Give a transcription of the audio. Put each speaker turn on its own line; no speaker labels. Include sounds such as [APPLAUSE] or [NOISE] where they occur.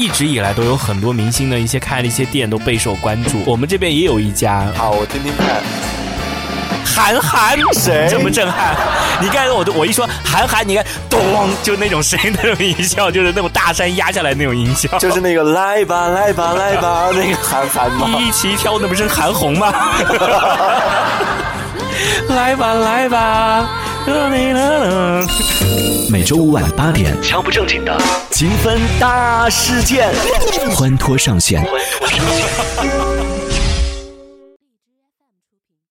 一直以来都有很多明星的一些开的一些店都备受关注，我们这边也有一家。
好，啊我听听看。
韩寒
谁
这么震撼？你看我都我一说韩寒，你看咚就那种声音，那种音效，就是那种大山压下来那种音效。
就是那个来吧来吧来吧那个韩寒吗？
一起跳，那不是韩红吗？ [LAUGHS] 来吧来吧，
每周五晚八点，
敲不正经的，
勤奋大事件。
欢脱上线。
欢脱上线。